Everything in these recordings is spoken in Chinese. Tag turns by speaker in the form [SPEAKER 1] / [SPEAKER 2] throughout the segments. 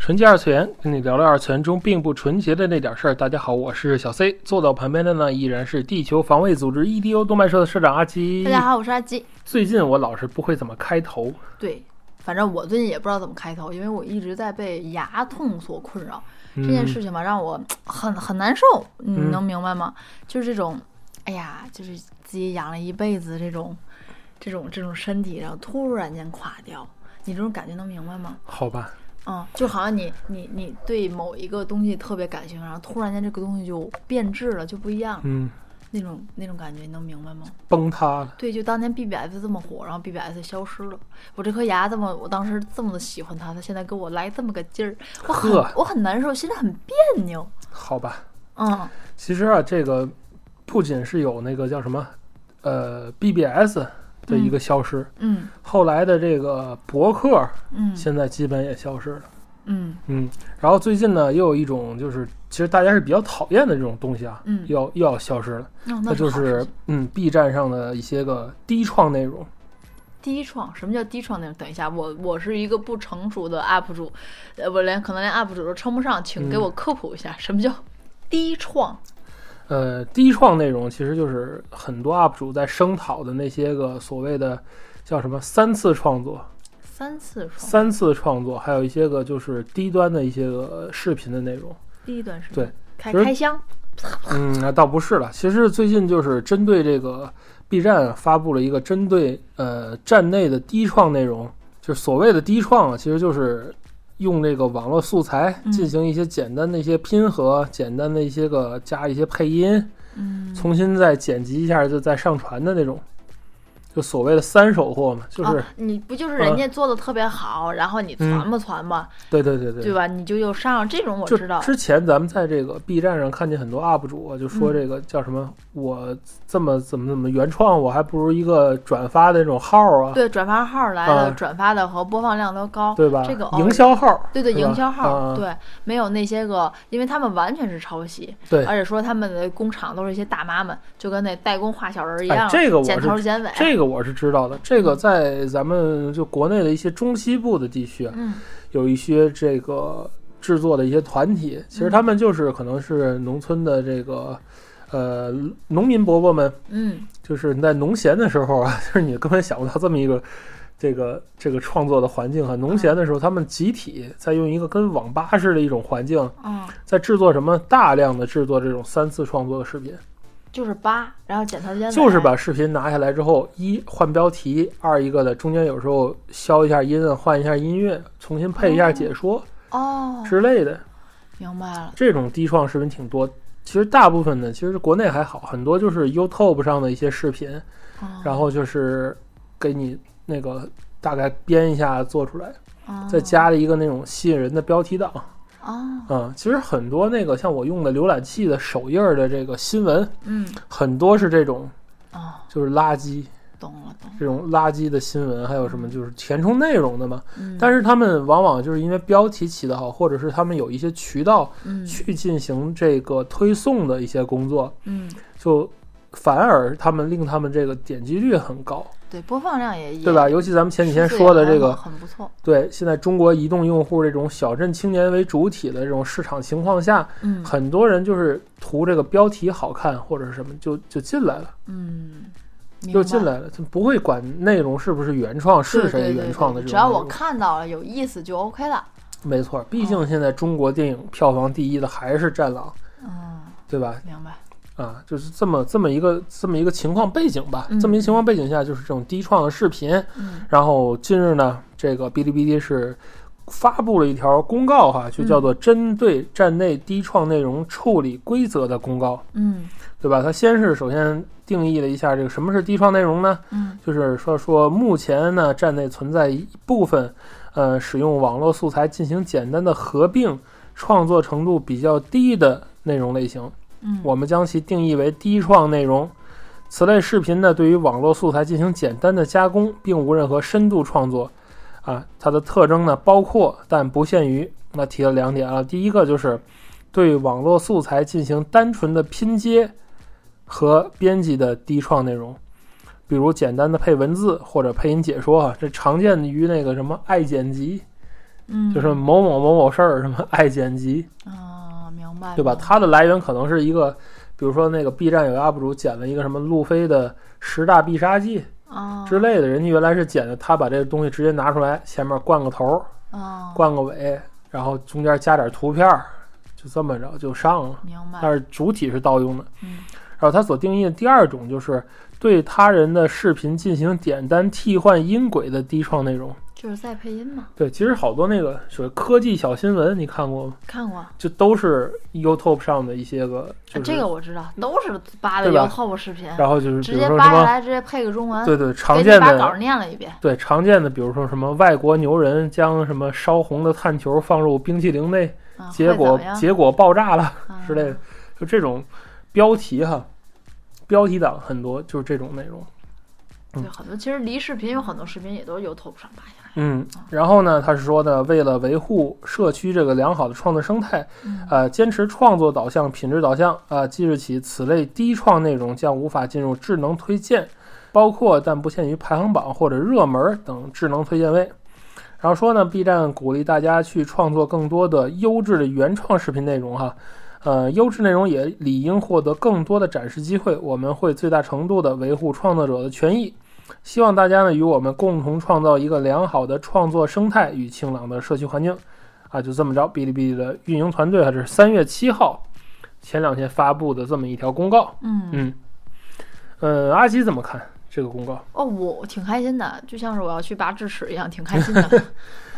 [SPEAKER 1] 纯洁二次元，跟你聊聊二次元中并不纯洁的那点事儿。大家好，我是小 C，坐到我旁边的呢依然是地球防卫组织 EDO 动漫社的社长阿基。
[SPEAKER 2] 大家，好，我是阿吉。
[SPEAKER 1] 最近我老是不会怎么开头，
[SPEAKER 2] 对，反正我最近也不知道怎么开头，因为我一直在被牙痛所困扰。
[SPEAKER 1] 嗯、
[SPEAKER 2] 这件事情吧，让我很很难受，你能明白吗？就是这种，哎呀，就是自己养了一辈子这种，这种这种身体，然后突然间垮掉，你这种感觉能明白吗？
[SPEAKER 1] 好吧，
[SPEAKER 2] 嗯，就好像你你你对某一个东西特别感兴趣，然后突然间这个东西就变质了，就不一样了，
[SPEAKER 1] 嗯，
[SPEAKER 2] 那种那种感觉，你能明白吗？
[SPEAKER 1] 崩塌了，
[SPEAKER 2] 对，就当年 BBS 这么火，然后 BBS 消失了，我这颗牙这么，我当时这么喜欢它，它现在给我来这么个劲儿，我很
[SPEAKER 1] 呵
[SPEAKER 2] 我很难受，心里很别扭。
[SPEAKER 1] 好吧。
[SPEAKER 2] 嗯，
[SPEAKER 1] 其实啊，这个不仅是有那个叫什么，呃，BBS 的一个消失，
[SPEAKER 2] 嗯
[SPEAKER 1] 后来的这个博客
[SPEAKER 2] 嗯
[SPEAKER 1] 现在基本也消失了。
[SPEAKER 2] 嗯
[SPEAKER 1] 嗯，然后最近呢，又有一种就是，其实大家是比较讨厌的这种东西啊，
[SPEAKER 2] 嗯
[SPEAKER 1] 要又要消失了。
[SPEAKER 2] 哦那
[SPEAKER 1] 那就
[SPEAKER 2] 好
[SPEAKER 1] 是
[SPEAKER 2] 事情
[SPEAKER 1] 嗯，B 站上的一些个低创内容。
[SPEAKER 2] 低创。什么叫低创那种？等一下，我我是一个不成熟的 UP 主，呃，我连可能连 UP 主都称不上，请给
[SPEAKER 1] 嗯
[SPEAKER 2] 我科普一下、什么叫低创。
[SPEAKER 1] 呃，低创内容其实就是很多 UP 主在声讨的那些个所谓的叫什么三次创作、
[SPEAKER 2] 三次创，
[SPEAKER 1] 三次创作，还有一些个就是低端的一些个视频的内容。
[SPEAKER 2] 第一段时间
[SPEAKER 1] 对，
[SPEAKER 2] 开
[SPEAKER 1] 其实
[SPEAKER 2] 开箱，
[SPEAKER 1] 嗯，那倒不是了。其实最近就是针对这个 B 站发布了一个针对呃站内的低创内容，就是所谓的低创啊，其实就是用这个网络素材
[SPEAKER 2] 嗯
[SPEAKER 1] 进行一些简单的一些拼合，简单的一些个加一些配音，
[SPEAKER 2] 嗯，
[SPEAKER 1] 重新再剪辑一下就再上传的那种，就所谓的三手货嘛，就是、呃嗯
[SPEAKER 2] 哦、你不就是人家做的特别好，然后你传吧传吧，
[SPEAKER 1] 对对对对
[SPEAKER 2] 对吧？你就又上这种我
[SPEAKER 1] 就
[SPEAKER 2] 知道，
[SPEAKER 1] 之前咱们在这个 B 站上看见很多 UP 主啊、就说
[SPEAKER 2] 嗯
[SPEAKER 1] 这个叫什么，我这么怎么怎么原创，我还不如一个转发的那种号啊，
[SPEAKER 2] 对转发号来的、
[SPEAKER 1] 啊
[SPEAKER 2] 转发的和播放量都高，
[SPEAKER 1] 对吧？
[SPEAKER 2] 这个哦
[SPEAKER 1] 营，销号，
[SPEAKER 2] 对对
[SPEAKER 1] 是吧
[SPEAKER 2] 营销号，
[SPEAKER 1] 啊
[SPEAKER 2] 对没有那些个，因为他们完全是抄袭，
[SPEAKER 1] 对
[SPEAKER 2] 而且说他们的工厂都是一些大妈们，就跟那代工画小人儿一
[SPEAKER 1] 哎
[SPEAKER 2] 样，
[SPEAKER 1] 这个我
[SPEAKER 2] 剪
[SPEAKER 1] 是
[SPEAKER 2] 头剪尾，
[SPEAKER 1] 这个我是知道的。这个在咱们就国内的一些中西部的地区啊，
[SPEAKER 2] 嗯
[SPEAKER 1] 有一些这个制作的一些团体，其实
[SPEAKER 2] 嗯
[SPEAKER 1] 他们就是可能是农村的这个呃农民伯伯们，
[SPEAKER 2] 嗯，
[SPEAKER 1] 就是你在农闲的时候啊， 就是你根本想不到这么一个这个这个创作的环境哈。农闲的时候，他们集体在用一个跟网吧似的一种环境，
[SPEAKER 2] 哦，
[SPEAKER 1] 在制作什么大量的制作这种三次创作的视频，
[SPEAKER 2] 就是八，然后剪头剪尾，
[SPEAKER 1] 就是把视频拿下来之后，一换标题，二一个的中间有时候消一下音啊，换一下音乐，重新配一下解说
[SPEAKER 2] 哦，
[SPEAKER 1] 之类的，
[SPEAKER 2] 明白了，
[SPEAKER 1] 这种低创视频挺多。其实大部分呢，其实国内还好，很多就是 YouTube 上的一些视频，
[SPEAKER 2] 哦、
[SPEAKER 1] 然后就是给你那个大概编一下做出来，
[SPEAKER 2] 哦
[SPEAKER 1] 再加了一个那种吸引人的标题党
[SPEAKER 2] 哦，
[SPEAKER 1] 啊。其实很多那个像我用的浏览器的首页儿的这个新闻，
[SPEAKER 2] 嗯
[SPEAKER 1] 很多是这种
[SPEAKER 2] 哦，
[SPEAKER 1] 就是垃圾
[SPEAKER 2] 懂了懂了，
[SPEAKER 1] 这种垃圾的新闻，还有什么就是填充内容的嘛。
[SPEAKER 2] 嗯，
[SPEAKER 1] 但是他们往往就是因为标题起得好，或者是他们有一些渠道
[SPEAKER 2] 嗯
[SPEAKER 1] 去进行这个推送的一些工作，
[SPEAKER 2] 嗯。
[SPEAKER 1] 就反而他们令他们这个点击率很高，
[SPEAKER 2] 对，播放量也也啊
[SPEAKER 1] 对吧？尤其咱们前几天
[SPEAKER 2] 十四
[SPEAKER 1] 说的
[SPEAKER 2] 也
[SPEAKER 1] 这
[SPEAKER 2] 很
[SPEAKER 1] 个
[SPEAKER 2] 好。很不错，
[SPEAKER 1] 对，现在中国移动用户这种小镇青年为主体的这种市场情况下，
[SPEAKER 2] 嗯
[SPEAKER 1] 很多人就是图这个标题好看或者是什么，就就进来了，
[SPEAKER 2] 嗯，
[SPEAKER 1] 就
[SPEAKER 2] 明
[SPEAKER 1] 进
[SPEAKER 2] 白
[SPEAKER 1] 来了，就不会管内容是不是原创，是
[SPEAKER 2] 对对
[SPEAKER 1] 谁
[SPEAKER 2] 对
[SPEAKER 1] 原
[SPEAKER 2] 对
[SPEAKER 1] 创的这种内容。
[SPEAKER 2] 只要我看到了有意思就 OK 了，
[SPEAKER 1] 没错，毕竟现在中国电影票房第一的还是《战狼》，
[SPEAKER 2] 嗯，
[SPEAKER 1] 对吧？
[SPEAKER 2] 明白，
[SPEAKER 1] 啊，就是这么这么一个这么一个情况背景吧，
[SPEAKER 2] 嗯
[SPEAKER 1] 这么一个情况背景下，就是这种低创的视频，
[SPEAKER 2] 嗯
[SPEAKER 1] 然后近日呢，这个哔哩哔哩是发布了一条公告哈，就叫做《针对站内低创内容处理规则的公告》，
[SPEAKER 2] 嗯
[SPEAKER 1] 对吧？它先是首先定义了一下这个什么是低创内容呢？
[SPEAKER 2] 嗯
[SPEAKER 1] 就是说说目前呢，站内存在一部分呃，使用网络素材进行简单的合并，创作程度比较低的内容类型。
[SPEAKER 2] 嗯，
[SPEAKER 1] 我们将其定义为低创内容。此类视频呢，对于网络素材进行简单的加工，并无任何深度创作。啊，它的特征呢，包括但不限于，那提了两点啊，第一个就是对网络素材进行单纯的拼接和编辑的低创内容，比如简单的配文字或者配音解说啊，这常见于那个什么爱剪辑，
[SPEAKER 2] 嗯，
[SPEAKER 1] 就是某某某某事儿什么爱剪辑，
[SPEAKER 2] 啊，明白了，
[SPEAKER 1] 对吧？它的来源可能是一个，比如说那个 B 站有个 UP 主剪了一个什么路飞的十大必杀技
[SPEAKER 2] 啊
[SPEAKER 1] 之类的，人家原来是剪的，他把这个东西直接拿出来，前面冠个头，
[SPEAKER 2] 啊，
[SPEAKER 1] 冠个尾，然后中间加点图片儿，就这么着就上了。
[SPEAKER 2] 明白，
[SPEAKER 1] 但是主体是盗用的。
[SPEAKER 2] 啊嗯
[SPEAKER 1] 然后它所定义的第二种就是对他人的视频进行简单替换音轨的低创内容。
[SPEAKER 2] 就是在配音嘛，
[SPEAKER 1] 对，其实好多那个所谓科技小新闻，你看过吗？
[SPEAKER 2] 看过，
[SPEAKER 1] 就都是 YouTube 上的一些个，就是、
[SPEAKER 2] 啊这个我知道，都是扒的
[SPEAKER 1] 对吧
[SPEAKER 2] YouTube 视频，
[SPEAKER 1] 然后就是比
[SPEAKER 2] 直
[SPEAKER 1] 如
[SPEAKER 2] 接
[SPEAKER 1] 说
[SPEAKER 2] 扒
[SPEAKER 1] 什
[SPEAKER 2] 下
[SPEAKER 1] 么，
[SPEAKER 2] 来，直接配个中文，
[SPEAKER 1] 对对，
[SPEAKER 2] 给
[SPEAKER 1] 常
[SPEAKER 2] 你
[SPEAKER 1] 见
[SPEAKER 2] 把稿儿
[SPEAKER 1] 的
[SPEAKER 2] 念了一遍，
[SPEAKER 1] 对常见的，比如说什么外国牛人将什么烧红的炭球放入冰淇淋内，
[SPEAKER 2] 啊
[SPEAKER 1] 结
[SPEAKER 2] 会怎
[SPEAKER 1] 果
[SPEAKER 2] 么样
[SPEAKER 1] 结果爆炸了
[SPEAKER 2] 啊
[SPEAKER 1] 之类的，就这种标题哈，标题党很多就是这种内容。
[SPEAKER 2] 对，很多其实离视频有很多视频也都是 YouTube 上扒下来，
[SPEAKER 1] 嗯，然后呢，他是说呢，为了维护社区这个良好的创作生态，
[SPEAKER 2] 嗯
[SPEAKER 1] 呃，坚持创作导向、品质导向。啊，即日起，此类低创内容将无法进入智能推荐，包括但不限于排行榜或者热门等智能推荐位。然后说呢，B 站鼓励大家去创作更多的优质的原创视频内容哈，呃，优质内容也理应获得更多的展示机会。我们会最大程度地维护创作者的权益，希望大家呢与我们共同创造一个良好的创作生态与清朗的社区环境。啊，就这么着，哔哩哔哩的运营团队啊，这是三月七号前两天发布的这么一条公告。
[SPEAKER 2] 嗯。
[SPEAKER 1] 嗯，呃，阿基怎么看这个公告？
[SPEAKER 2] 哦，我挺开心的，就像是我要去拔智齿一样，挺开心 的。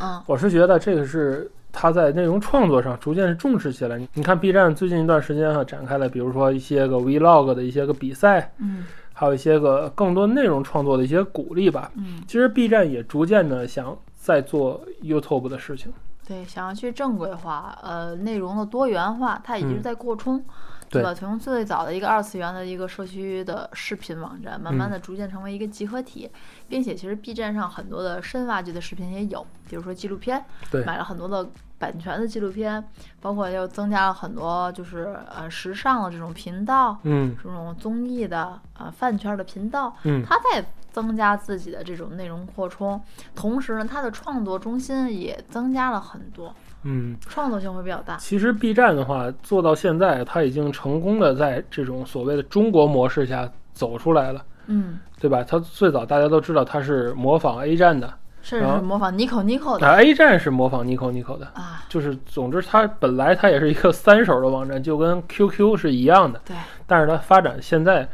[SPEAKER 2] 嗯
[SPEAKER 1] 我是觉得这个是他在内容创作上逐渐是重视起来。你你看 B 站最近一段时间哈、展开了，比如说一些个 Vlog 的一些个比赛，
[SPEAKER 2] 嗯
[SPEAKER 1] 还有一些个更多内容创作的一些鼓励吧。
[SPEAKER 2] 嗯，
[SPEAKER 1] 其实 B 站也逐渐的想在做 YouTube 的事情。
[SPEAKER 2] 对，想要去正规化，呃，内容的多元化，它一直
[SPEAKER 1] 嗯
[SPEAKER 2] 在扩充，
[SPEAKER 1] 对
[SPEAKER 2] 吧？从最早的一个二次元的一个社区的视频网站，慢
[SPEAKER 1] 嗯
[SPEAKER 2] 慢的逐渐成为一个集合体，并且其实 B 站上很多的深挖掘的视频也有，比如说纪录片，
[SPEAKER 1] 对
[SPEAKER 2] 买了很多的版权的纪录片，包括又增加了很多就是呃时尚的这种频道，
[SPEAKER 1] 嗯
[SPEAKER 2] 这种综艺的呃饭圈的频道，
[SPEAKER 1] 嗯
[SPEAKER 2] 他在增加自己的这种内容扩充，同时呢，他的创作中心也增加了很多，
[SPEAKER 1] 嗯，
[SPEAKER 2] 创作性会比较大。
[SPEAKER 1] 其实 B 站的话做到现在，它已经成功的在这种所谓的中国模式下走出来了。
[SPEAKER 2] 嗯，
[SPEAKER 1] 对吧？它最早大家都知道它是模仿 A 站的，
[SPEAKER 2] 甚至
[SPEAKER 1] 然后
[SPEAKER 2] 是模仿 Nico Nico 的
[SPEAKER 1] 啊，A 站是模仿 Nico Nico 的，
[SPEAKER 2] 啊，
[SPEAKER 1] 就是总之它本来它也是一个三手的网站，就跟 QQ 是一样的，
[SPEAKER 2] 对，
[SPEAKER 1] 但是它发展现在，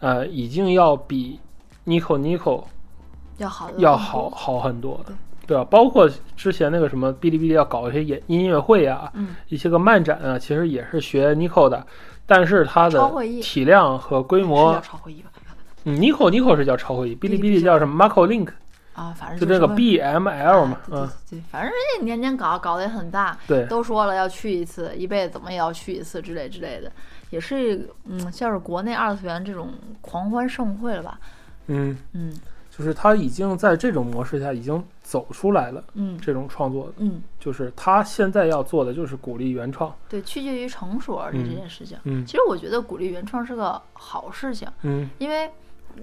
[SPEAKER 1] 呃，已经要比 Nico Nico
[SPEAKER 2] 要好的
[SPEAKER 1] 要
[SPEAKER 2] 更
[SPEAKER 1] 好
[SPEAKER 2] 多。
[SPEAKER 1] 好很多的，对吧、啊包括之前那个什么哔哩哔哩要搞一些演音乐会啊，
[SPEAKER 2] 嗯
[SPEAKER 1] 一些个漫展啊，其实也是学 Nico 的，但是它
[SPEAKER 2] 超
[SPEAKER 1] 的
[SPEAKER 2] 会议
[SPEAKER 1] 体量和规
[SPEAKER 2] 是
[SPEAKER 1] 模
[SPEAKER 2] 叫超会议吧？
[SPEAKER 1] 嗯，Nico Nico 是叫超会议，哔哩
[SPEAKER 2] 哔
[SPEAKER 1] 哔
[SPEAKER 2] 哩
[SPEAKER 1] 哩叫什么 Marco Link，
[SPEAKER 2] 啊，反正
[SPEAKER 1] 就
[SPEAKER 2] 这
[SPEAKER 1] 那个 BML 嘛，
[SPEAKER 2] 啊对
[SPEAKER 1] 嗯
[SPEAKER 2] 对，对，反正人家年年搞，搞得也很大，
[SPEAKER 1] 对，
[SPEAKER 2] 都说了要去一次，一辈子怎么也要去一次之类之类的，也是嗯，像是国内二次元这种狂欢盛会了吧？
[SPEAKER 1] 嗯，
[SPEAKER 2] 嗯
[SPEAKER 1] 就是他已经在这种模式下已经走出来了。
[SPEAKER 2] 嗯
[SPEAKER 1] 这种创作
[SPEAKER 2] 嗯，
[SPEAKER 1] 就是他现在要做的就是鼓励原创，
[SPEAKER 2] 对，取决于成熟而已这
[SPEAKER 1] 嗯
[SPEAKER 2] 件事情。
[SPEAKER 1] 嗯
[SPEAKER 2] 其实我觉得鼓励原创是个好事情，
[SPEAKER 1] 嗯
[SPEAKER 2] 因为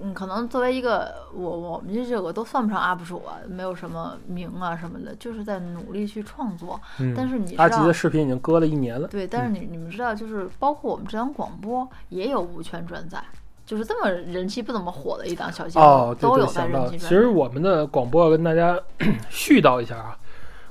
[SPEAKER 2] 嗯，可能作为一个我我们这个都算不上 UP 主啊，没有什么名啊什么的，就是在努力去创作。
[SPEAKER 1] 嗯。
[SPEAKER 2] 但是啊你知
[SPEAKER 1] 阿吉
[SPEAKER 2] 道
[SPEAKER 1] 的，嗯视频已经搁了一年了，
[SPEAKER 2] 对，但是你你们知道，就是包括我们这档广播也有无权转载，就是这么人气不怎么火的一档小节目，
[SPEAKER 1] 哦，对
[SPEAKER 2] 都
[SPEAKER 1] 对，
[SPEAKER 2] 有在
[SPEAKER 1] 想
[SPEAKER 2] 人
[SPEAKER 1] 到了。
[SPEAKER 2] 气
[SPEAKER 1] 其
[SPEAKER 2] 转载。
[SPEAKER 1] 实我们的广播要跟大家 絮叨一下啊，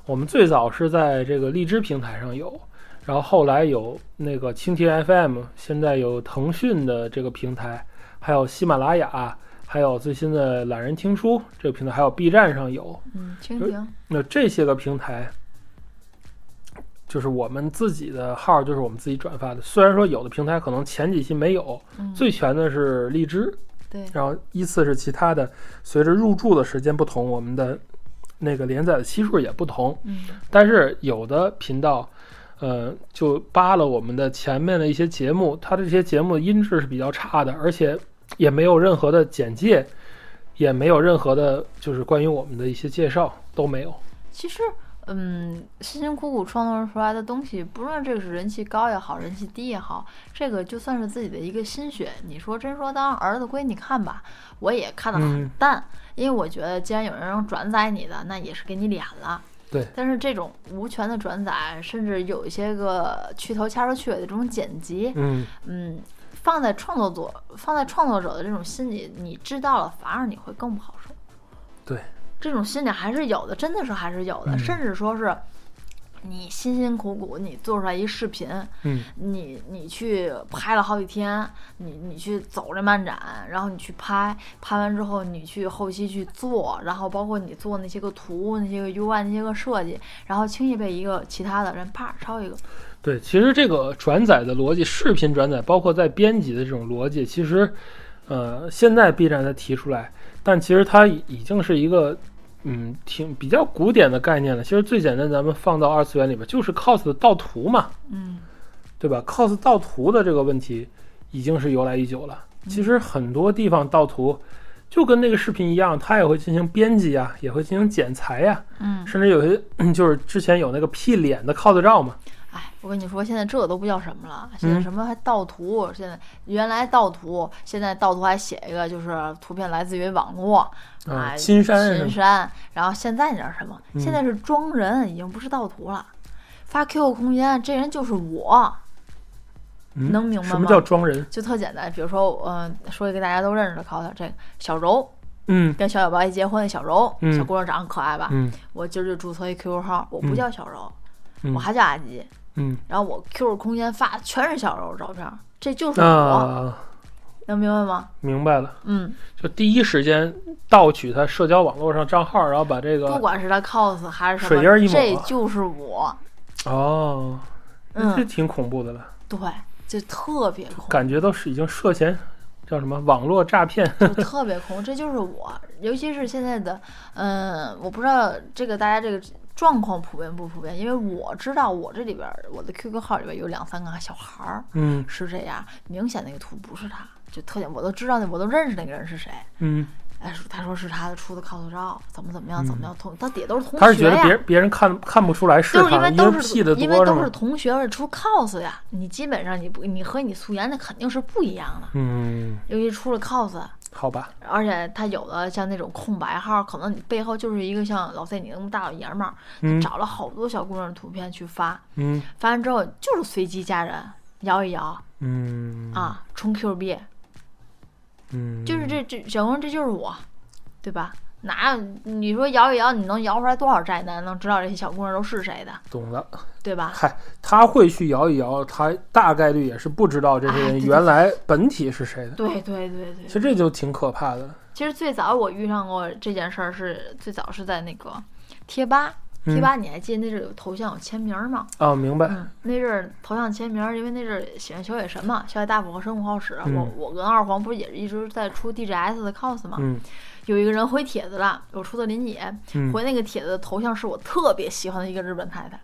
[SPEAKER 1] 我们最早是在这个荔枝平台上有，然后后来有那个蜻蜓 FM，现在有腾讯的这个平台，还有喜马拉雅，还有最新的懒人听书这个平台，还有 B 站上有。
[SPEAKER 2] 嗯，蜻
[SPEAKER 1] 就是
[SPEAKER 2] 蜓，
[SPEAKER 1] 那这些个平台，就是我们自己的号，就是我们自己转发的。虽然说有的平台可能前几期没有，
[SPEAKER 2] 嗯，
[SPEAKER 1] 最全的是荔枝，
[SPEAKER 2] 对，
[SPEAKER 1] 然后依次是其他的。随着入驻的时间不同，我们的那个连载的期数也不同，
[SPEAKER 2] 嗯
[SPEAKER 1] 但是有的频道，呃，就扒了我们的前面的一些节目，它的这些节目音质是比较差的，而且也没有任何的简介，也没有任何的，就是关于我们的一些介绍都没有。
[SPEAKER 2] 其实，嗯，辛辛苦苦创作出来的东西，不论这个是人气高也好，人气低也好，这个就算是自己的一个心血。你说真说当儿子归你看吧，我也看得很
[SPEAKER 1] 嗯
[SPEAKER 2] 淡，因为我觉得既然有人能转载你的，那也是给你脸了。
[SPEAKER 1] 对
[SPEAKER 2] 但是这种无权的转载，甚至有一些个去头掐头去尾的这种剪辑，
[SPEAKER 1] 嗯，
[SPEAKER 2] 嗯，放在创作者放在创作者的这种心理，你知道了，反而你会更不好受。
[SPEAKER 1] 对，
[SPEAKER 2] 这种心理还是有的，真的是还是有的，
[SPEAKER 1] 嗯
[SPEAKER 2] 甚至说是你辛辛苦苦你做出来一视频，
[SPEAKER 1] 嗯，
[SPEAKER 2] 你你去拍了好几天，你你去走这漫展，然后你去拍，拍完之后你去后期去做，然后包括你做那些个图、那些个 UI、那些个设计，然后轻易被一个其他的人啪抄一个，
[SPEAKER 1] 对，其实这个转载的逻辑，视频转载，包括在编辑的这种逻辑，其实，呃，现在必然的提出来，但其实它已已经是一个，嗯，挺比较古典的概念了。其实最简单，咱们放到二次元里边，就是 cos 的盗图嘛，
[SPEAKER 2] 嗯
[SPEAKER 1] 对吧？cos 盗图的这个问题已经是由来已久了。
[SPEAKER 2] 嗯
[SPEAKER 1] 其实很多地方盗图，就跟那个视频一样，它也会进行编辑啊，也会进行剪裁呀、
[SPEAKER 2] 嗯。
[SPEAKER 1] 甚至有些就是之前有那个 P 脸的 cos 照嘛，
[SPEAKER 2] 哎，我跟你说，现在这都不叫什么了，现在
[SPEAKER 1] 嗯
[SPEAKER 2] 什么还盗图，现在原来盗图，现在盗图还写一个就是图片来自于网络，
[SPEAKER 1] 啊、
[SPEAKER 2] 哎
[SPEAKER 1] 金山什
[SPEAKER 2] 秦
[SPEAKER 1] 么，
[SPEAKER 2] 山，然后现在你知道什么？
[SPEAKER 1] 嗯
[SPEAKER 2] 现在是装人，已经不是盗图了。发 QQ 空间，这人就是我，
[SPEAKER 1] 嗯
[SPEAKER 2] 能明白吗？
[SPEAKER 1] 什么叫装人？
[SPEAKER 2] 就特简单，比如说，嗯、说一个大家都认识的 cos，这个小柔
[SPEAKER 1] 嗯
[SPEAKER 2] 跟小小白一结婚，小柔、
[SPEAKER 1] 嗯
[SPEAKER 2] 小姑娘长得可爱吧？
[SPEAKER 1] 嗯
[SPEAKER 2] 我今儿就注册一 QQ 号，我不
[SPEAKER 1] 嗯
[SPEAKER 2] 叫小柔，
[SPEAKER 1] 嗯
[SPEAKER 2] 我还叫阿吉，
[SPEAKER 1] 嗯
[SPEAKER 2] 然后我 QQ 空间发全是小柔照片，这就是我，
[SPEAKER 1] 啊，
[SPEAKER 2] 能明白吗？
[SPEAKER 1] 明白了，
[SPEAKER 2] 嗯，
[SPEAKER 1] 就第一时间盗取他社交网络上账号，然后把这
[SPEAKER 2] 不
[SPEAKER 1] 个
[SPEAKER 2] 管是他 cos 还是什
[SPEAKER 1] 水印儿一
[SPEAKER 2] 么，
[SPEAKER 1] 抹
[SPEAKER 2] 这就是我，
[SPEAKER 1] 哦，这
[SPEAKER 2] 嗯，
[SPEAKER 1] 挺恐怖的了，
[SPEAKER 2] 对，就特别恐，
[SPEAKER 1] 感觉都是已经涉嫌叫什么网络诈骗，
[SPEAKER 2] 就特别恐，这就是我，尤其是现在的，嗯，我不知道这个大家这个状况普遍不普遍，因为我知道我这里边儿我的 QQ 号里边有两三个小孩儿
[SPEAKER 1] 嗯
[SPEAKER 2] 是这样，明显那个图不是他，就特点我都知道那我都认识那个人是谁。
[SPEAKER 1] 嗯，
[SPEAKER 2] 哎，说他说是他的出的 cos 照，怎么怎么样，怎么样，同他底都是同
[SPEAKER 1] 他是
[SPEAKER 2] 学
[SPEAKER 1] 觉得
[SPEAKER 2] 呀，
[SPEAKER 1] 别人别人看看不出来是
[SPEAKER 2] 就是因
[SPEAKER 1] 他，
[SPEAKER 2] 为
[SPEAKER 1] 因
[SPEAKER 2] 都
[SPEAKER 1] 为
[SPEAKER 2] 是
[SPEAKER 1] P 的
[SPEAKER 2] 因为
[SPEAKER 1] 多
[SPEAKER 2] 都
[SPEAKER 1] 吗
[SPEAKER 2] 是？同学而出 cos 呀，你基本上你不你和你素颜那肯定是不一样的，
[SPEAKER 1] 嗯，
[SPEAKER 2] 尤其出了 cos，
[SPEAKER 1] 好吧，
[SPEAKER 2] 而且他有的像那种空白号，可能你背后就是一个像老 C 你那么大老爷们儿，
[SPEAKER 1] 嗯
[SPEAKER 2] 找了好多小姑娘的图片去发，
[SPEAKER 1] 嗯
[SPEAKER 2] 发完之后就是随机加人。摇一摇
[SPEAKER 1] 嗯
[SPEAKER 2] 啊，充 Q 币，
[SPEAKER 1] 嗯，
[SPEAKER 2] 就是这这小姑娘，这就是我，对吧？哪有你说摇一摇，你能摇出来多少宅男？能知道这些小姑娘都是谁的，
[SPEAKER 1] 懂了。
[SPEAKER 2] 对吧？
[SPEAKER 1] 嗨，他会去摇一摇，他大概率也是不知道这些
[SPEAKER 2] 哎对
[SPEAKER 1] 人
[SPEAKER 2] 对
[SPEAKER 1] 原来本体是谁的。
[SPEAKER 2] 对对对
[SPEAKER 1] 其
[SPEAKER 2] 对。
[SPEAKER 1] 实这就挺可怕的。
[SPEAKER 2] 其实最早我遇上过这件事儿是最早是在那个贴吧，
[SPEAKER 1] 嗯
[SPEAKER 2] 贴吧你还记得那阵儿有头像有签名儿吗？
[SPEAKER 1] 啊，明白。
[SPEAKER 2] 嗯，那阵儿头像签名儿，因为那阵儿喜欢小野神嘛，小野大辅和神武浩史。
[SPEAKER 1] 嗯
[SPEAKER 2] 我我跟二黄不是也是一直在出 DGS 的 cos 嘛？
[SPEAKER 1] 嗯
[SPEAKER 2] 有一个人回帖子了，我出的林野，
[SPEAKER 1] 嗯
[SPEAKER 2] 回那个帖子的头像是我特别喜欢的一个日本太太。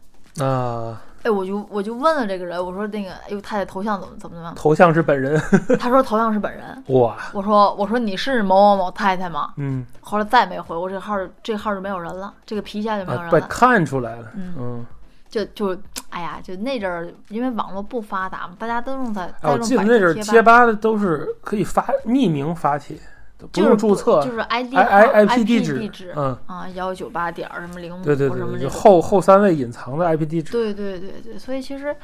[SPEAKER 1] 啊，
[SPEAKER 2] 哎，我就我就问了这个人，我说那个，哎呦，太太头像怎么怎么怎么
[SPEAKER 1] 头像是本人
[SPEAKER 2] 样？ 他说头像是本人。
[SPEAKER 1] 哇，
[SPEAKER 2] 我说我说你是某某某太太吗？
[SPEAKER 1] 嗯，
[SPEAKER 2] 后来再没回我，这个号儿这个号儿就没有人了，这个皮下就没有
[SPEAKER 1] 啊，
[SPEAKER 2] 人
[SPEAKER 1] 被
[SPEAKER 2] 了，
[SPEAKER 1] 看出来了，
[SPEAKER 2] 嗯
[SPEAKER 1] 嗯，
[SPEAKER 2] 就就哎呀，就那阵儿因为网络不发达嘛，大家都用在
[SPEAKER 1] 哎，
[SPEAKER 2] 在
[SPEAKER 1] 我
[SPEAKER 2] 用
[SPEAKER 1] 记得
[SPEAKER 2] 百
[SPEAKER 1] 那阵儿
[SPEAKER 2] 度
[SPEAKER 1] 贴
[SPEAKER 2] 贴吧，
[SPEAKER 1] 吧的都是可以发匿名发帖，都不
[SPEAKER 2] 就是
[SPEAKER 1] 用注册
[SPEAKER 2] 就是 ID
[SPEAKER 1] ，i
[SPEAKER 2] 号
[SPEAKER 1] i
[SPEAKER 2] IP
[SPEAKER 1] p 地
[SPEAKER 2] 址，
[SPEAKER 1] 嗯，
[SPEAKER 2] 啊，幺九八点儿什么零五
[SPEAKER 1] 对对
[SPEAKER 2] 什么
[SPEAKER 1] 对，
[SPEAKER 2] 这
[SPEAKER 1] 就
[SPEAKER 2] 种
[SPEAKER 1] 后后三位隐藏的 IP 地址，
[SPEAKER 2] 对对对对，所以其实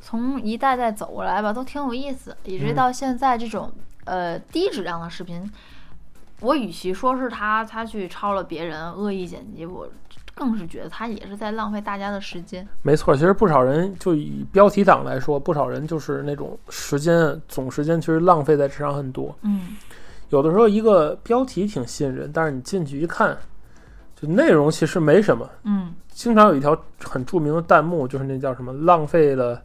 [SPEAKER 2] 从一代代走过来吧，都挺有意思，以至于
[SPEAKER 1] 嗯
[SPEAKER 2] 到现在这种、呃低质量的视频，我与其说是他他去抄了别人恶意剪辑，我更是觉得他也是在浪费大家的时间。
[SPEAKER 1] 没错，其实不少人就以标题党来说，不少人就是那种时间总时间其实浪费在这上很多，
[SPEAKER 2] 嗯，
[SPEAKER 1] 有的时候一个标题挺吸引人，但是你进去一看，就内容其实没什么。
[SPEAKER 2] 嗯，
[SPEAKER 1] 经常有一条很著名的弹幕，就是那叫什么“浪费了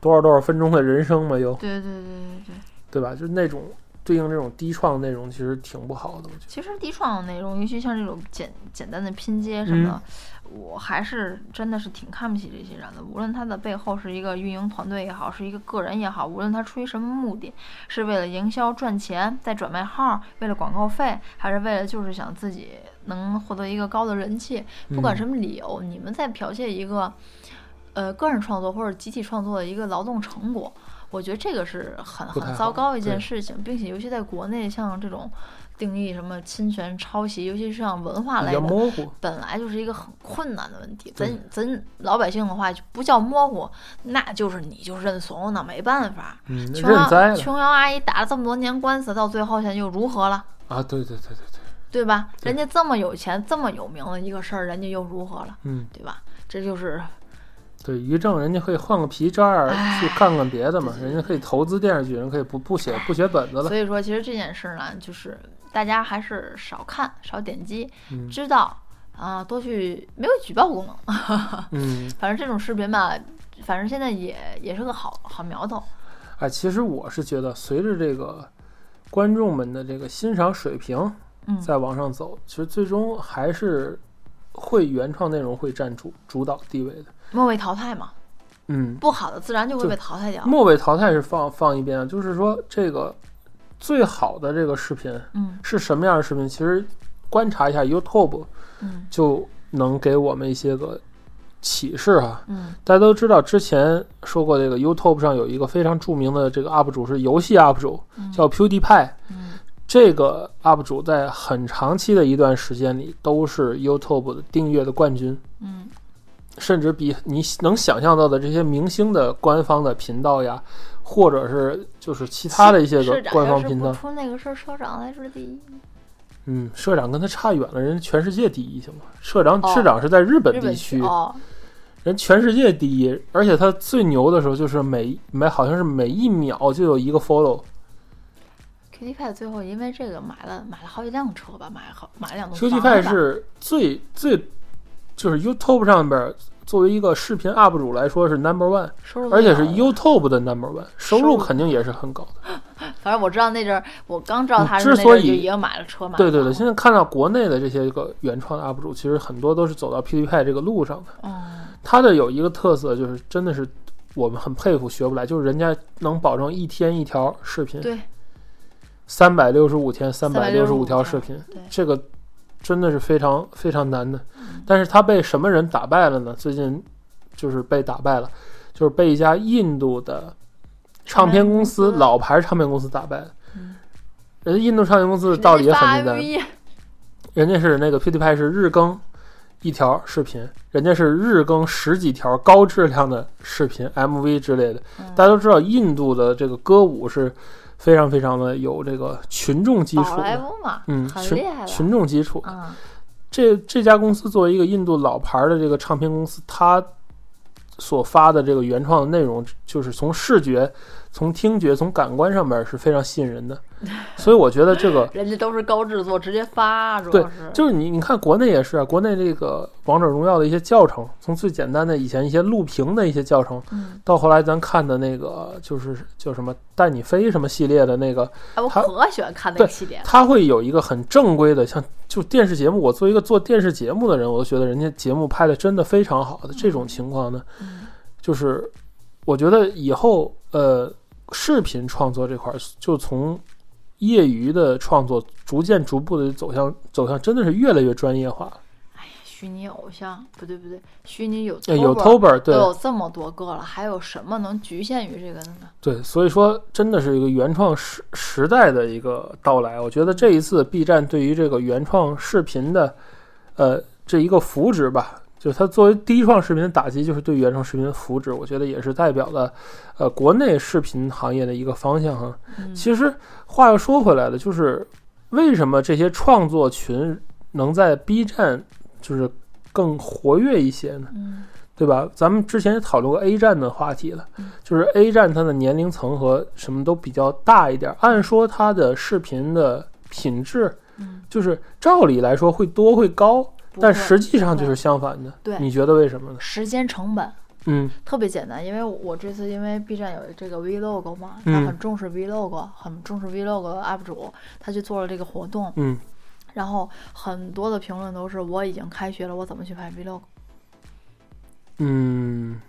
[SPEAKER 1] 多少多少分钟的人生”嘛，又
[SPEAKER 2] 对对对对对，
[SPEAKER 1] 对吧？就是那种对应这种低创内容，其实挺不好的。我觉
[SPEAKER 2] 其实低创的内容，尤其像这种简简单的拼接什么的，
[SPEAKER 1] 嗯
[SPEAKER 2] 我还是真的是挺看不起这些人的。无论他的背后是一个运营团队也好，是一个个人也好，无论他出于什么目的，是为了营销赚钱，在转卖号，为了广告费，还是为了就是想自己能获得一个高的人气，
[SPEAKER 1] 嗯
[SPEAKER 2] 不管什么理由，你们在剽窃一个，呃，个人创作或者集体创作的一个劳动成果，我觉得这个是很
[SPEAKER 1] 不太
[SPEAKER 2] 很
[SPEAKER 1] 好
[SPEAKER 2] 糟糕一件
[SPEAKER 1] 对
[SPEAKER 2] 事情，并且尤其在国内，像这种定义什么侵权、抄袭，尤其是像文化
[SPEAKER 1] 得
[SPEAKER 2] 类
[SPEAKER 1] 比较
[SPEAKER 2] 的。
[SPEAKER 1] 模糊。
[SPEAKER 2] 本来就是一个很困难的问题，咱
[SPEAKER 1] 对
[SPEAKER 2] 咱老百姓的话就不叫模糊，那就是你就认怂，那没办法。
[SPEAKER 1] 嗯，
[SPEAKER 2] 琼
[SPEAKER 1] 认栽
[SPEAKER 2] 瑶
[SPEAKER 1] 了
[SPEAKER 2] 琼瑶阿姨打了这么多年官司，到最后现在又如何了？
[SPEAKER 1] 啊！对对对对对，
[SPEAKER 2] 对吧？
[SPEAKER 1] 对
[SPEAKER 2] 人家这么有钱，这么有名的一个事儿，人家又如何了？
[SPEAKER 1] 嗯，
[SPEAKER 2] 对吧？这就是
[SPEAKER 1] 对，于正人家可以换个皮渣儿
[SPEAKER 2] 唉
[SPEAKER 1] 去干干别的嘛，
[SPEAKER 2] 对对
[SPEAKER 1] 人家可以投资电视剧，人可以不不写不写本子了
[SPEAKER 2] 所。以说，其实这件事儿呢，就是大家还是少看、少点击，
[SPEAKER 1] 嗯
[SPEAKER 2] 知道啊、多去没有举报功能。
[SPEAKER 1] 嗯，
[SPEAKER 2] 反正这种视频吧，反正现在也也是个好好苗头。
[SPEAKER 1] 哎，其实我是觉得，随着这个观众们的这个欣赏水平
[SPEAKER 2] 嗯
[SPEAKER 1] 在往上走，其实最终还是会原创内容会占主主导地位的。
[SPEAKER 2] 末位淘汰嘛，
[SPEAKER 1] 嗯，
[SPEAKER 2] 不好的自然就会
[SPEAKER 1] 对
[SPEAKER 2] 被淘汰掉。
[SPEAKER 1] 末尾淘汰是放放一边啊，就是说这个最好的这个视频
[SPEAKER 2] 嗯
[SPEAKER 1] 是什么样的视频，其实观察一下 YouTube
[SPEAKER 2] 嗯
[SPEAKER 1] 就能给我们一些个启示哈、
[SPEAKER 2] 嗯
[SPEAKER 1] 大家都知道，之前说过这个 YouTube 上有一个非常著名的这个 UP 主是游戏 UP 主，
[SPEAKER 2] 嗯
[SPEAKER 1] 叫 PewDiePie。
[SPEAKER 2] 嗯
[SPEAKER 1] 这个 UP 主在很长期的一段时间里都是 YouTube 的订阅的冠军，
[SPEAKER 2] 嗯
[SPEAKER 1] 甚至比你能想象到的这些明星的官方的频道呀，或者是就是其他的一些个
[SPEAKER 2] 社长
[SPEAKER 1] 官
[SPEAKER 2] 要
[SPEAKER 1] 方
[SPEAKER 2] 是
[SPEAKER 1] 频
[SPEAKER 2] 不
[SPEAKER 1] 道，
[SPEAKER 2] 出那个事儿，社长才是第一。
[SPEAKER 1] 嗯，社长跟他差远了，人家全世界第一行吗？社长
[SPEAKER 2] 哦
[SPEAKER 1] 社长是在日本
[SPEAKER 2] 日
[SPEAKER 1] 地
[SPEAKER 2] 本
[SPEAKER 1] 区，
[SPEAKER 2] 哦，
[SPEAKER 1] 人全世界第一，而且他最牛的时候就是每每好像是每一秒就有一个 follow，
[SPEAKER 2] Q T 派最后因为这个买了买了好几辆车吧，买了好买了两栋房
[SPEAKER 1] Q T
[SPEAKER 2] 子
[SPEAKER 1] 派
[SPEAKER 2] 吧
[SPEAKER 1] 是最最就是 YouTube 上边作为一个视频 UP 主来说是 number one，
[SPEAKER 2] 收入
[SPEAKER 1] 而且
[SPEAKER 2] 最
[SPEAKER 1] 是
[SPEAKER 2] 高的
[SPEAKER 1] YouTube 的 number one，收
[SPEAKER 2] 收
[SPEAKER 1] 入
[SPEAKER 2] 入
[SPEAKER 1] 肯定也是很高的。
[SPEAKER 2] 反正我知道那阵儿，我刚知道他
[SPEAKER 1] 嗯
[SPEAKER 2] 是那
[SPEAKER 1] 之
[SPEAKER 2] 阵
[SPEAKER 1] 所
[SPEAKER 2] 儿
[SPEAKER 1] 以
[SPEAKER 2] 就已经买了车嘛。
[SPEAKER 1] 对对对，现在看到国内的这些个原创的 UP 主，其实很多都是走到 P T 派这个路上的。
[SPEAKER 2] 嗯
[SPEAKER 1] 他的有一个特色就是真的是我们很佩服，学不来，就是人家能保证一天一条视频，
[SPEAKER 2] 对
[SPEAKER 1] 三百六十五天三百六十五条
[SPEAKER 2] 条
[SPEAKER 1] 视频，
[SPEAKER 2] 对，
[SPEAKER 1] 这个真的是非常非常难的。
[SPEAKER 2] 嗯
[SPEAKER 1] 但是他被什么人打败了呢？最近就是被打败了，就是被一家印度的唱片公司
[SPEAKER 2] 唱片公司
[SPEAKER 1] 老牌唱片公司打败了
[SPEAKER 2] 嗯。
[SPEAKER 1] 人家印度唱片公司的
[SPEAKER 2] 人家
[SPEAKER 1] 道理也很
[SPEAKER 2] 发 E，
[SPEAKER 1] 简单，
[SPEAKER 2] MV
[SPEAKER 1] 人家是那个 PewDiePie 是日更一条视频，人家是日更十几条高质量的视频 MV 之类的。
[SPEAKER 2] 嗯
[SPEAKER 1] 大家都知道，印度的这个歌舞是非常非常的有这个群众基
[SPEAKER 2] 宝
[SPEAKER 1] 础
[SPEAKER 2] 莱
[SPEAKER 1] 的，
[SPEAKER 2] 坞嘛，
[SPEAKER 1] 嗯，
[SPEAKER 2] 很
[SPEAKER 1] 群
[SPEAKER 2] 厉害了。
[SPEAKER 1] 群众基础。
[SPEAKER 2] 嗯
[SPEAKER 1] 这这家公司作为一个印度老牌的这个唱片公司，它所发的这个原创的内容，就是从视觉、从听觉、从感官上面是非常吸引人的。所以我觉得这个
[SPEAKER 2] 人家都是高制作，直接发，主
[SPEAKER 1] 对
[SPEAKER 2] 要是
[SPEAKER 1] 就是你，你看国内也是啊，国内这个《王者荣耀》的一些教程，从最简单的以前一些录屏的一些教程，
[SPEAKER 2] 嗯，
[SPEAKER 1] 到后来咱看的那个就是叫什么“带你飞”什么系列的那个，
[SPEAKER 2] 哎，我
[SPEAKER 1] 他
[SPEAKER 2] 可喜欢看那
[SPEAKER 1] 对
[SPEAKER 2] 个系列了。
[SPEAKER 1] 它会有一个很正规的，像就电视节目，我作为一个做电视节目的人，我都觉得人家节目拍的真的非常好的这种情况呢，
[SPEAKER 2] 嗯
[SPEAKER 1] 就是我觉得以后呃，视频创作这块儿就从业余的创作逐渐逐步的走向走向，真的是越来越专业化了。
[SPEAKER 2] 虚拟偶像不对不对，虚拟有
[SPEAKER 1] 呃有
[SPEAKER 2] Tober
[SPEAKER 1] Tober
[SPEAKER 2] 都
[SPEAKER 1] 对
[SPEAKER 2] 有这么多个了，还有什么能局限于这个的呢？
[SPEAKER 1] 对，所以说真的是一个原创时时代的一个到来。我觉得这一次 B 站对于这个原创视频的，呃，这一个扶植吧，就是它作为第一创视频的打击，就是对原创视频的扶植，我觉得也是代表了，呃，国内视频行业的一个方向哈。
[SPEAKER 2] 嗯
[SPEAKER 1] 其实话又说回来了，就是为什么这些创作群能在 B 站就是更活跃一些呢？
[SPEAKER 2] 嗯
[SPEAKER 1] 对吧？咱们之前也讨论过 A 站的话题了
[SPEAKER 2] 嗯，
[SPEAKER 1] 就是 A 站它的年龄层和什么都比较大一点儿。按说它的视频的品质，
[SPEAKER 2] 嗯，
[SPEAKER 1] 就是照理来说会多会高，
[SPEAKER 2] 不
[SPEAKER 1] 但
[SPEAKER 2] 会
[SPEAKER 1] 实际上
[SPEAKER 2] 不
[SPEAKER 1] 就
[SPEAKER 2] 会
[SPEAKER 1] 是相反的。
[SPEAKER 2] 对
[SPEAKER 1] 你觉得为什么呢？
[SPEAKER 2] 时间成本
[SPEAKER 1] 嗯
[SPEAKER 2] 特别简单，因为我这次因为 B 站有这个 Vlog 嘛，
[SPEAKER 1] 嗯
[SPEAKER 2] 他很重视 Vlog，很重视 Vlog UP 主，他去做了这个活动，
[SPEAKER 1] 嗯
[SPEAKER 2] 然后很多的评论都是我已经开学了，我怎么去拍 Vlog？
[SPEAKER 1] 嗯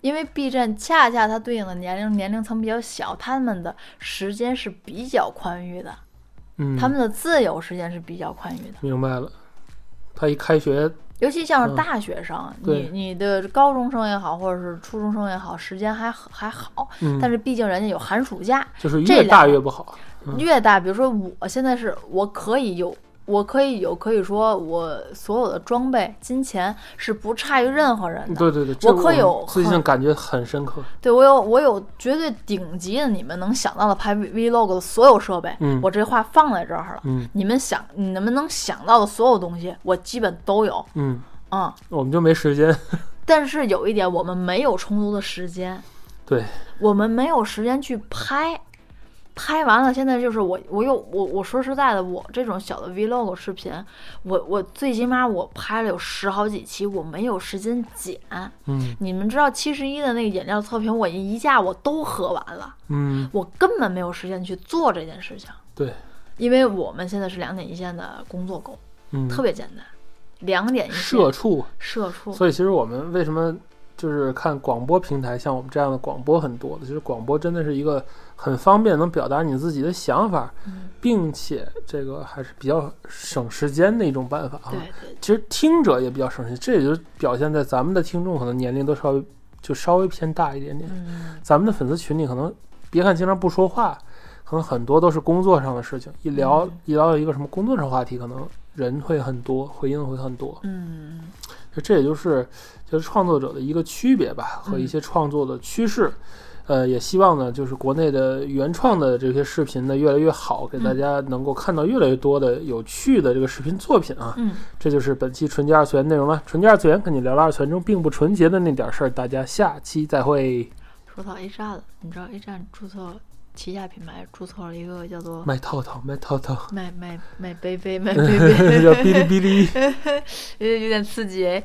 [SPEAKER 2] 因为 B 站恰恰它对应的年龄年龄层比较小，他们的时间是比较宽裕的，
[SPEAKER 1] 嗯，
[SPEAKER 2] 他们的自由时间是比较宽裕的。
[SPEAKER 1] 明白了。他一开学，
[SPEAKER 2] 尤其像
[SPEAKER 1] 嗯
[SPEAKER 2] 是大学生，
[SPEAKER 1] 对
[SPEAKER 2] 你你的高中生也好，或者是初中生也好，时间还好还好，
[SPEAKER 1] 嗯，
[SPEAKER 2] 但是毕竟人家有寒暑假，
[SPEAKER 1] 就是
[SPEAKER 2] 这
[SPEAKER 1] 越
[SPEAKER 2] 两
[SPEAKER 1] 大越不好。嗯
[SPEAKER 2] 越大，比如说我现在是我可以有，我可以有，可以说我所有的装备、金钱是不差于任何人的。
[SPEAKER 1] 对对对，这
[SPEAKER 2] 可有
[SPEAKER 1] 最近
[SPEAKER 2] 很
[SPEAKER 1] 感觉很深刻。
[SPEAKER 2] 对我有我有绝对顶级的你们能想到的拍 vlog 的所有设备，
[SPEAKER 1] 嗯
[SPEAKER 2] 我这话放在这儿了。
[SPEAKER 1] 嗯
[SPEAKER 2] 你们想，你们能想到的所有东西，我基本都有。
[SPEAKER 1] 嗯，
[SPEAKER 2] 嗯，
[SPEAKER 1] 我们就没时间。
[SPEAKER 2] 但是有一点，我们没有充足的时间，
[SPEAKER 1] 对，
[SPEAKER 2] 我们没有时间去拍，拍完了，现在就是我，我又我我说实在的，我这种小的 vlog 视频，我我最起码我拍了有十好几期，我没有时间剪。
[SPEAKER 1] 嗯
[SPEAKER 2] 你们知道七十一的那个饮料测评，我一架我都喝完了，
[SPEAKER 1] 嗯，
[SPEAKER 2] 我根本没有时间去做这件事情，
[SPEAKER 1] 对，
[SPEAKER 2] 因为我们现在是两点一线的工作狗，
[SPEAKER 1] 嗯，
[SPEAKER 2] 特别简单，两点一线
[SPEAKER 1] 社畜。
[SPEAKER 2] 社畜，
[SPEAKER 1] 所以其实我们为什么就是看广播平台，像我们这样的广播很多的，其实广播真的是一个很方便能表达你自己的想法，
[SPEAKER 2] 嗯
[SPEAKER 1] 并且这个还是比较省时间的一种办法啊
[SPEAKER 2] 对。对
[SPEAKER 1] 其实听者也比较省时间，这也就表现在咱们的听众可能年龄都稍微就稍微偏大一点点。
[SPEAKER 2] 嗯，
[SPEAKER 1] 咱们的粉丝群里可能，别看经常不说话，可能很多都是工作上的事情，一聊、
[SPEAKER 2] 嗯
[SPEAKER 1] 一聊一个什么工作上话题，可能人会很多，回应会很多。
[SPEAKER 2] 嗯，
[SPEAKER 1] 就这也就是就是创作者的一个区别吧，和一些创作的趋势。呃，也希望呢，就是国内的原创的这些视频呢越来越好，给大家能够看到越来越多的有趣的这个视频作品啊。
[SPEAKER 2] 嗯，
[SPEAKER 1] 这就是本期纯洁二次元内容了。纯洁二次元跟你聊了二次元中并不纯洁的那点事儿，大家下期再会。
[SPEAKER 2] 说到 A 站了，你知道 A 站注册旗下品牌注册了一个叫做
[SPEAKER 1] 卖套套，卖套 套，
[SPEAKER 2] 卖卖卖杯杯卖
[SPEAKER 1] 叫
[SPEAKER 2] 杯杯，
[SPEAKER 1] 哔哩哔哩。
[SPEAKER 2] 有点刺激哎。